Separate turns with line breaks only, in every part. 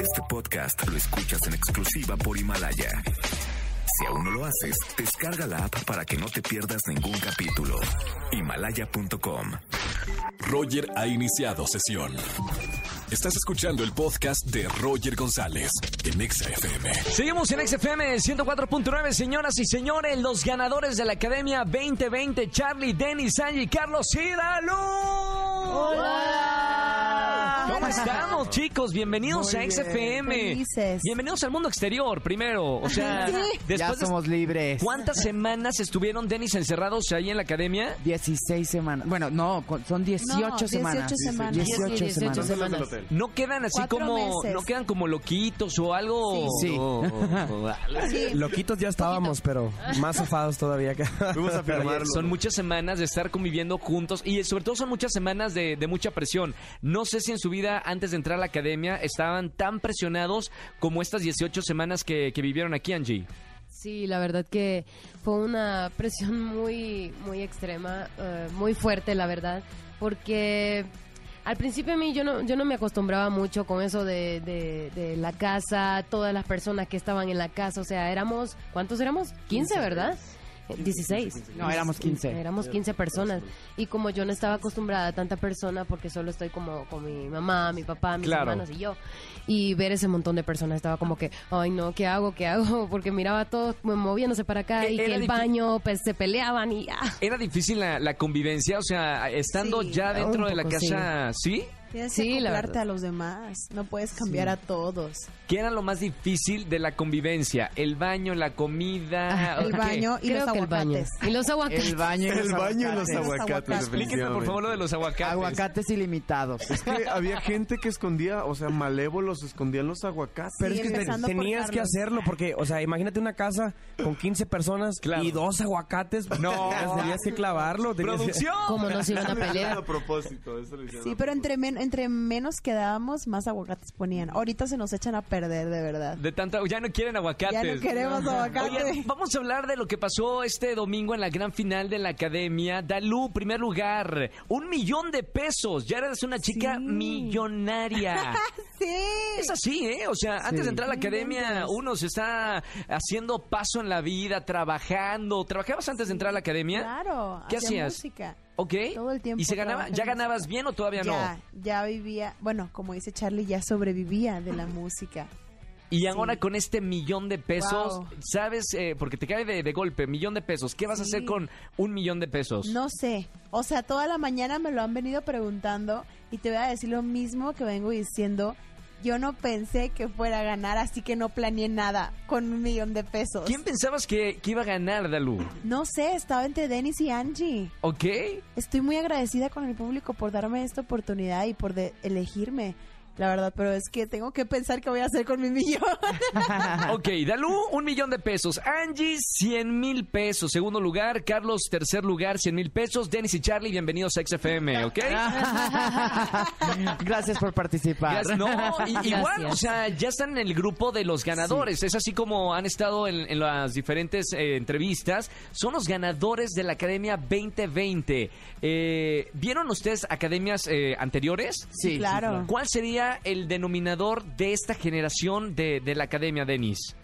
Este podcast lo escuchas en exclusiva por Himalaya. Si aún no lo haces, descarga la app para que no te pierdas ningún capítulo. Himalaya.com.
Roger ha iniciado sesión. Estás escuchando el podcast de Roger González en Exa FM.
Seguimos en XFM 104.9, señoras y señores, los ganadores de la Academia 2020, Charlie, Denis, Angie, Carlos Hidalgo. ¡Hola! ¿Cómo estamos, chicos? Bienvenidos a XFM.
Felices.
Bienvenidos al mundo exterior, primero. O sea,
Ya
después de-
somos libres.
¿Cuántas semanas estuvieron Denis encerrados ahí en la academia?
16 semanas. Bueno, no, con- son 18
No, 18
semanas.
semanas.
18
Sí, 18
semanas.
semanas.
No quedan así
Cuatro
como,
meses.
no quedan como loquitos o algo.
Sí.
o- o-
Sí.
Loquitos ya estábamos, pero más zafados todavía que. Vamos a firmarlo.
Son muchas semanas de estar conviviendo juntos y eh, sobre todo son muchas semanas de, de mucha presión. No sé si en su vida antes de entrar a la academia estaban tan presionados como estas 18 semanas que, que vivieron aquí, Angie.
Sí, la verdad que fue una presión muy, muy extrema, eh, muy fuerte, la verdad, porque al principio a mí yo no, yo no me acostumbraba mucho con eso de, de- de la casa, todas las personas que estaban en la casa, o sea, éramos, ¿cuántos éramos? 15, ¿verdad? 16.
No, éramos 15.
Éramos 15 personas. Y como yo no estaba acostumbrada a tanta persona, porque solo estoy como con mi mamá, mi papá, mis
Claro.
hermanos y yo. Y ver ese montón de personas estaba como que, ay no, ¿qué hago? ¿Qué hago? Porque miraba a todos como moviéndose para acá
Eh,
y que
era
el
difí-
baño, pues se peleaban y ah.
Era difícil la, la convivencia, o sea, estando
Sí,
ya dentro
un
de la
poco, sí.
casa, ¿sí?
Tienes
Sí,
que
la
acoplarte
verdad.
a los demás. No puedes cambiar a todos.
¿Qué era lo más difícil de la convivencia? El baño, la comida,
Ah, El
¿qué?
baño y
Ah, Creo
los
que el baño.
aguacates.
Y los aguacates.
El baño y los
El baño y los
aguacates.
aguacates,
Aguacates.
Explíquenme, por favor lo de los aguacates.
Aguacates ilimitados.
Es que había gente que escondía, o sea, malévolos escondían los aguacates.
Pero
Pero
Sí,
es que te-
empezando por
tenías que
Carlos.
hacerlo porque, o sea, imagínate una casa con 15 personas
Claro.
y dos aguacates.
No.
tenías que clavarlo. tenías que-
Producción.
Como nos iban a pelear.
a propósito, eso lo hicieron
Sí,
a
pero entre, men- entre menos quedábamos, más aguacates ponían. Ahorita se nos echan a perder, de verdad.
De tanta, ya no quieren aguacates.
Ya no queremos
Oye,
aguacate.
vamos a hablar de lo que pasó este domingo en la gran final de la academia. Dalú, primer lugar, un millón de pesos. Ya eres una chica
Sí.
millonaria.
Sí.
Es así, ¿eh? O sea, antes de entrar a la academia, uno se está haciendo paso en la vida, trabajando. ¿Trabajabas antes de entrar a la academia?
Claro.
¿Qué
hacía
hacías?
Música.
Ok.
Todo el tiempo
¿Y se ganaba?
trabajas
¿Ya
en
ganabas
música.
bien o todavía
Ya,
no?
ya vivía, bueno, como dice Charlie, ya sobrevivía de la música.
Y ahora con este millón de pesos,
Wow.
¿sabes? eh, porque te cae de, de golpe, millón de pesos. ¿Qué vas a hacer
Sí.
con un millón de pesos?
No sé. O sea, toda la mañana me lo han venido preguntando y te voy a decir lo mismo que vengo diciendo. Yo no pensé que fuera a ganar, así que no planeé nada con un millón de pesos.
¿Quién pensabas que, que iba a ganar, Dalú?
No sé, estaba entre Dennis y Angie.
¿Ok?
Estoy muy agradecida con el público por darme esta oportunidad y por de- elegirme. La verdad, pero es que tengo que pensar qué voy a hacer con mi millón.
Ok, Dalú, un millón de pesos. Angie, 100 mil pesos. Segundo lugar, Carlos, tercer lugar, 100 mil pesos. Dennis y Charlie, bienvenidos a XFM, ¿ok?
Gracias por participar.
Gracias. No, y- igual,
Gracias.
o sea, ya están en el grupo de los ganadores. Es así como han estado en, en las diferentes eh, entrevistas. Son los ganadores de la Academia 2020. Eh, ¿Vieron ustedes academias eh, anteriores?
Sí, sí,
claro.
¿Cuál sería el denominador de esta generación de, de la academia, Denis?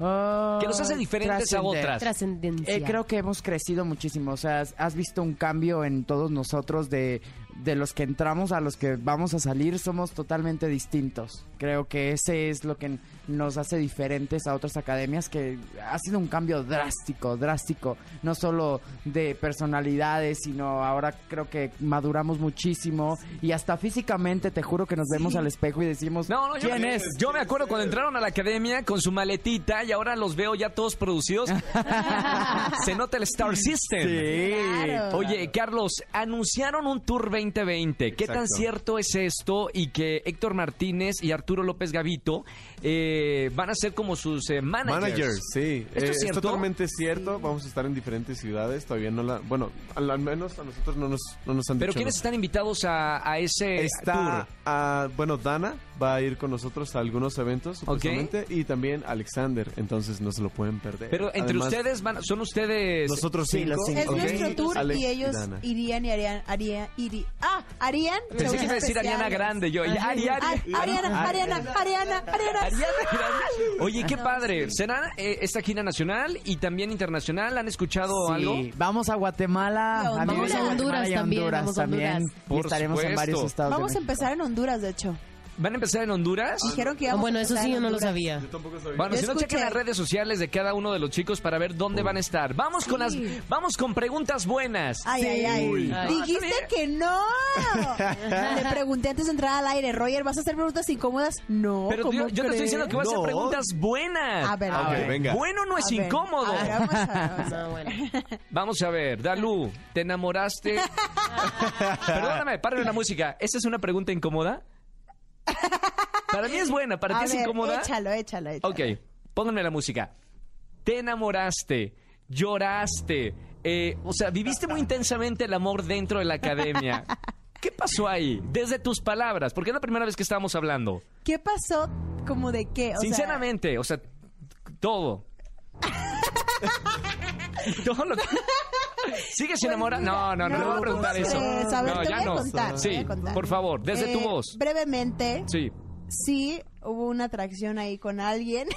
Ah,
Que los hace diferentes a
trascender.
otras.
Trascendencia.
Eh, creo que hemos crecido muchísimo. O sea, has, has visto un cambio en todos nosotros de, de los que entramos a los que vamos a salir. Somos totalmente distintos. Creo que ese es lo que n- nos hace diferentes a otras academias, que ha sido un cambio drástico, drástico. No solo de personalidades, sino ahora creo que maduramos muchísimo y hasta físicamente, te juro que nos vemos al espejo y decimos,
No, no, yo,
¿quién
me-
es?
Yo me acuerdo cuando entraron a la academia con su maletita y ahora los veo ya todos producidos. Se nota el Star System.
Claro.
Oye, Carlos, anunciaron un tour 2020. ¿Qué tan
Exacto.
cierto es esto? Y que Héctor Martínez y Arturo López Gavito eh, van a ser como sus eh, managers.
Managers, sí. Eh,
¿Esto es cierto?
totalmente cierto. Vamos a estar en diferentes ciudades. Todavía no la. Bueno, al, al menos a nosotros no nos, no nos han
Pero
dicho.
¿quiénes
no.
están invitados a, a ese
Está. ah, bueno, Dana va a ir con nosotros a algunos eventos,
Ok.
supuestamente. Y también Alexander. Entonces no se lo pueden
tour?
perder.
Pero entre
Además,
ustedes van, son ustedes...
Nosotros
Sí,
cinco.
los cinco.
Es
ok,
nuestro tour
Alex
y ellos
Dana.
irían y harían, harían- iri- Ah, Arián.
Pensé que iba a decir Ariana Grande. Yo, Ari, Ari, Ari.
Ariana, Ariana, Ariana, Ariana. Ah,
Ariana Grande. Oye, qué padre. ¿Será eh, esta gira nacional y también internacional? ¿Han escuchado algo?
Sí, vamos a Guatemala,
Y a
amigos a
Honduras.
Guatemala y
Honduras
a
también,
Honduras
vamos a
también.
Honduras.
Y
Por
estaremos en
supuesto.
varios estados. de
Vamos a
México.
empezar en Honduras, de hecho.
¿Van a empezar en Honduras?
Dijeron que
Ah,
íbamos
Bueno,
a
eso
empezar
sí
en
yo no lo
Honduras.
sabía.
Yo tampoco sabía.
Bueno,
Yo
si no,
escuché.
chequen las redes sociales de cada uno de los chicos para ver dónde van a estar. Vamos con las vamos con preguntas buenas.
Ay, ay, ay.
Uy.
Ay.
Dijiste que no. Le pregunté antes de entrar al aire, Roger, ¿vas a hacer preguntas incómodas? No.
Pero
¿cómo
yo, yo te estoy
crees?
diciendo que voy a hacer
No.
preguntas buenas.
A ver,
Ah,
a
ok,
ver.
venga.
Bueno no es
A ver, Ah,
incómodo.
a ver, vamos a ver, vamos a ver.
No, Ah, bueno.
Vamos a ver, Dalu, ¿te enamoraste? Perdóname, paren la música. ¿Esa es una pregunta incómoda? Para mí es buena, para
A
ti es
ver,
incómoda.
Échalo, échalo, échalo.
Ok, pónganme la música. Te enamoraste, lloraste, eh, o sea, viviste muy intensamente el amor dentro de la academia. ¿Qué pasó ahí? Desde tus palabras, porque es la primera vez que estábamos hablando.
¿Qué pasó? ¿Como de qué? O sea,
Sinceramente, o sea, todo. todo lo que...
Pues
¿Sigues enamorado? No, no, no, le voy a
¿cómo
preguntar eso.
crees? pues, eh, A ver,
no,
te
ya
voy a
no.
contar, te
sí,
voy a contar.
por favor, desde tu
eh,
voz.
Brevemente,
Sí.
sí hubo una atracción ahí con alguien.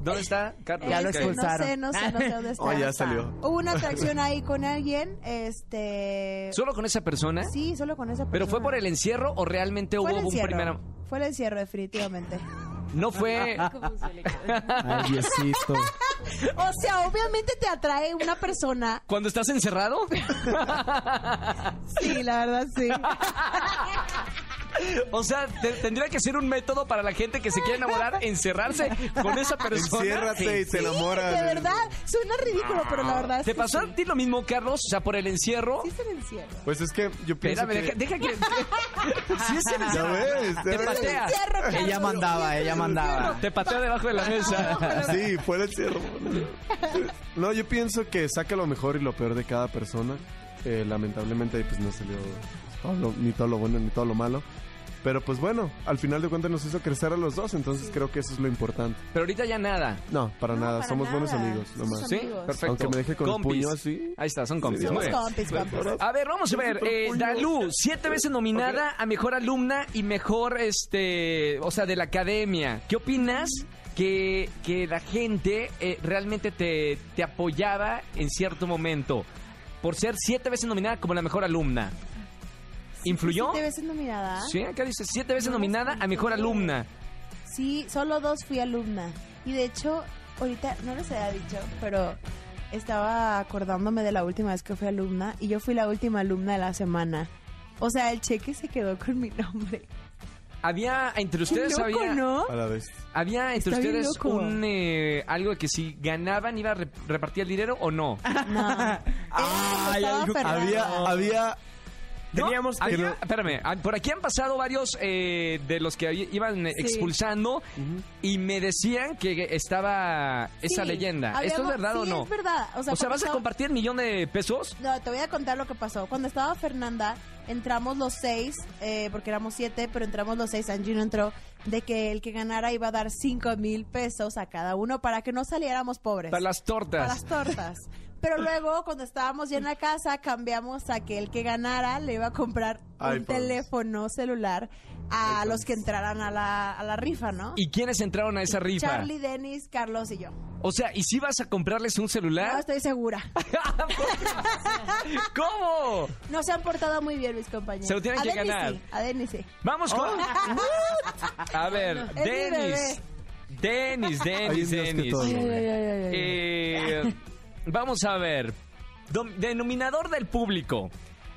¿Dónde está Carlos?
Ya lo
Ok.
Este,
expulsé.
No sé,
expulsaron.
no sé, no sé dónde está.
Oh, ya salió.
Hubo una atracción ahí con alguien, este...
¿Solo con esa persona?
Sí, solo con esa persona.
¿Pero fue por el encierro o realmente
Fue
hubo
el
un
encierro.
primer... am-
Fue el encierro, definitivamente.
No fue...
Ay, Diosito.
o sea, obviamente te atrae una persona.
¿Cuando estás encerrado?
Sí, la verdad, sí.
O sea, te- tendría que ser un método para la gente que se quiere enamorar, encerrarse con esa persona.
Enciérrate y te enamoras.
De verdad, suena ridículo, pero la verdad es
¿Te
que
pasó
sí.
a ti lo mismo, Carlos? O sea, por el encierro.
Sí, es el encierro.
Pues es que yo pienso
Espérame,
que...
deja, deja que. Si es el
Ya ves, ya
Te
ves.
patea.
Encierro,
Ella
Carlos,
mandaba,
sí,
ella
sí,
mandaba.
encierro.
Te patea debajo de la mesa.
Sí, fue el encierro. No, yo pienso que saca lo mejor y lo peor de cada persona. Eh, lamentablemente, pues no salió todo lo- ni todo lo bueno ni todo lo malo. Pero pues bueno, al final de cuentas nos hizo crecer a los dos, entonces creo que eso es lo importante.
Pero ahorita ya nada.
No, para
No,
nada,
para
somos buenos
nada.
amigos, lo
Somos
más.
Sí,
Amigos.
perfecto.
Aunque me deje con el
Compis.
puño así.
Ahí está, son compis.
Sí,
Muy
Somos
bien.
compis, compis.
A ver, vamos a ver.
Con el
eh,
puño.
Dalu, siete veces nominada a mejor alumna y mejor, este, o sea, de la academia. ¿Qué opinas que, que la gente eh, realmente te, te apoyaba en cierto momento por ser siete veces nominada como la mejor alumna? ¿Influyó?
Siete veces nominada.
Sí, acá dice siete veces nominada a mejor alumna.
Sí, solo dos fui alumna. Y de hecho, ahorita no les había dicho, pero estaba acordándome de la última vez que fui alumna y yo fui la última alumna de la semana. O sea, el cheque se quedó con mi nombre.
Había entre
Qué
ustedes
loco,
había
¿no?
A la vez.
había entre
Está bien
ustedes
loco.
un eh, algo de que si ganaban iba a rep- repartir el dinero o no.
No. Ay,
Había, había...
No,
Teníamos
había-
que no-
espérame, ah, por aquí han pasado varios eh, de los que ahí iban eh,
Sí.
expulsando y me decían que estaba esa leyenda. ¿Esto es verdad o no?
es verdad. O sea,
o sea, ¿vas a compartir
compartir
el millón de pesos?
No, te voy a contar lo que pasó. Cuando estaba Fernanda, entramos los seis, eh, porque éramos siete, pero entramos los seis. Angie no entró, de que el que ganara iba a dar cinco mil pesos a cada uno para que no saliéramos pobres.
Para las
Para
tortas.
las tortas. Pero luego, cuando estábamos ya en la casa, cambiamos a que el que ganara le iba a comprar un
iPhones.
teléfono celular a los que entraran a la, a la rifa, ¿no?
¿Y quiénes entraron a esa rifa?
Charlie, Dennis, Carlos y yo.
O sea, ¿y si vas a comprarles un
No
celular?
estoy segura.
¿Cómo?
No se han portado muy bien mis compañeros.
Se lo tienen
A
que
Dennis
ganar.
sí, a Dennis sí.
Vamos con. A ver,
Oh. mi
Denis.
bebé.
Denis,
Hay
Denis,
unos que
Denis.
todo lo logran.
Eh, vamos a ver. Dom- denominador del público.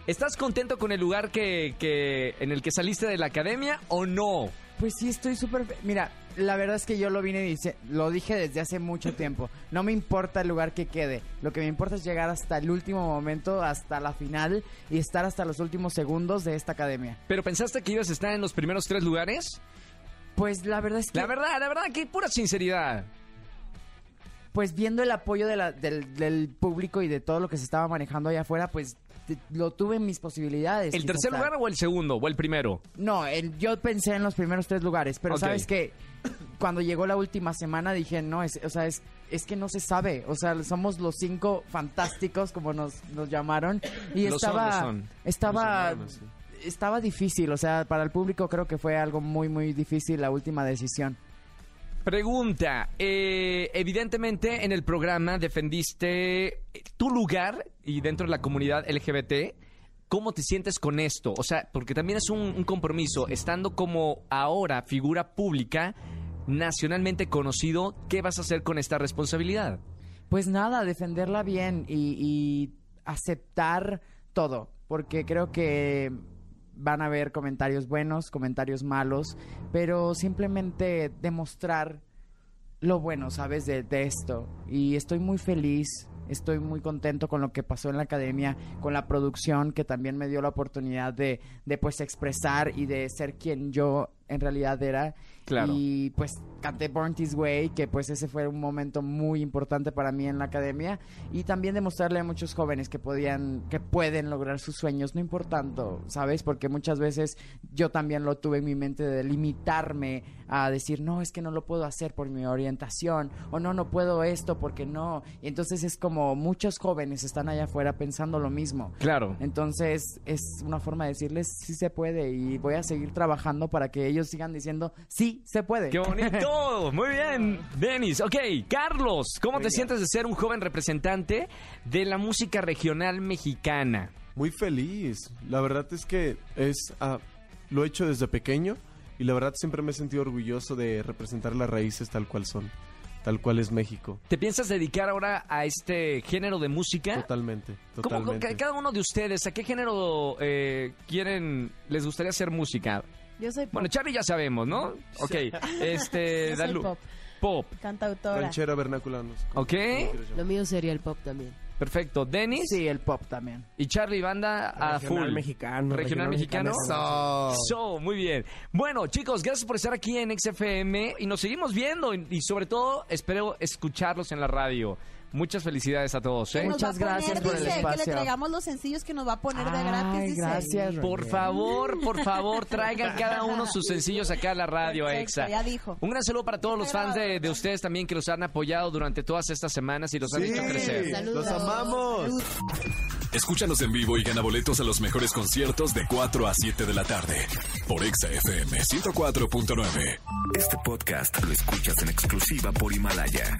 ¿Estás contento con el lugar que, que- en el que saliste de la academia o no?
Pues sí, estoy súper... fe- Mira, la verdad es que yo lo vine dice, lo dije desde hace mucho tiempo. No me importa el lugar que quede. Lo que me importa es llegar hasta el último momento, hasta la final y estar hasta los últimos segundos de esta academia.
¿Pero pensaste que ibas a estar en los primeros tres lugares?
Pues la verdad es que...
La verdad, la verdad, que pura sinceridad.
pues viendo el apoyo de la- del, del público y de todo lo que se estaba manejando allá afuera, pues te- lo tuve en mis posibilidades.
¿El
quizás,
tercer
claro.
lugar o el segundo o el primero?
No, el- yo pensé en los primeros tres lugares, pero
Ok.
sabes que cuando llegó la última semana dije, no, es, o sea, es, es que no se sabe. O sea, somos los cinco fantásticos, como nos, nos llamaron. Y
Lo son,
estaba,
lo son.
estaba,
Lo son,
estaba difícil. O sea, para el público creo que fue algo muy, muy difícil la última decisión.
Pregunta, eh, evidentemente en el programa defendiste tu lugar y dentro de la comunidad LGBT, ¿cómo te sientes con esto? O sea, porque también es un, un compromiso, estando como ahora figura pública, nacionalmente conocido, ¿qué vas a hacer con esta responsabilidad?
Pues nada, defenderla bien y, y aceptar todo, porque creo que van a haber comentarios buenos, comentarios malos, pero simplemente demostrar lo bueno, ¿sabes? De, de esto. Y estoy muy feliz, estoy muy contento con lo que pasó en la academia, con la producción que también me dio la oportunidad de, de pues expresar y de ser quien yo en realidad era.
Claro.
Y pues canté Born This Way, que pues ese fue un momento muy importante para mí en la academia. Y también demostrarle a muchos jóvenes que podían, que pueden lograr sus sueños, no importando, ¿sabes? Porque muchas veces yo también lo tuve en mi mente de limitarme a decir, no, es que no lo puedo hacer por mi orientación, o no, no puedo esto porque no. Y entonces es como muchos jóvenes están allá afuera pensando lo mismo.
Claro.
Entonces es una forma de decirles sí se puede y voy a seguir trabajando para que ellos sigan diciendo sí se puede.
¡Qué bonito! Muy bien, Denis. Ok, Carlos, ¿cómo te sientes de ser un joven representante de la música regional mexicana?
Muy feliz. La verdad es que es ah, lo he hecho desde pequeño y la verdad siempre me he sentido orgulloso de representar las raíces tal cual son, tal cual es México.
¿Te piensas dedicar ahora a este género de música?
Totalmente,
¿Cómo-
totalmente.
ca- cada uno de ustedes, ¿a qué género eh, quieren, les gustaría hacer música?
Yo soy
Bueno,
pop,
Charlie ya sabemos, ¿no? Ok, este,
eh,
Yo soy
Dalu-
pop.
Pop.
cantautora.
Ranchera vernácula. no sé cómo-
Ok,
cómo quieres
Lo
llamar.
mío sería el pop también.
perfecto. Denis
Sí, el pop también.
y Charlie Banda a
Regional
full.
mexicano.
Regional mexicano. So, muy bien. Bueno, chicos, gracias por estar aquí en XFM y nos seguimos viendo y, y sobre todo espero escucharlos en la radio. Muchas felicidades a todos,
Que
¿eh?
nos
Muchas
va a
gracias por el
dice, Que
espacio.
le traigamos los sencillos que nos va a poner de gratis.
Ay,
dice.
gracias.
Por
Roger.
favor, por favor, traigan cada uno sus sencillos acá a la radio
Perfecto,
EXA.
ya dijo.
Un gran saludo para todos los fans de, de ustedes también que los han apoyado durante todas estas semanas y los han
Sí,
hecho crecer.
Saludos.
Los amamos.
Escúchanos en vivo y gana boletos a los mejores conciertos de 4 a 7 de la tarde por Exa FM 104.9.
Este podcast lo escuchas en exclusiva por Himalaya.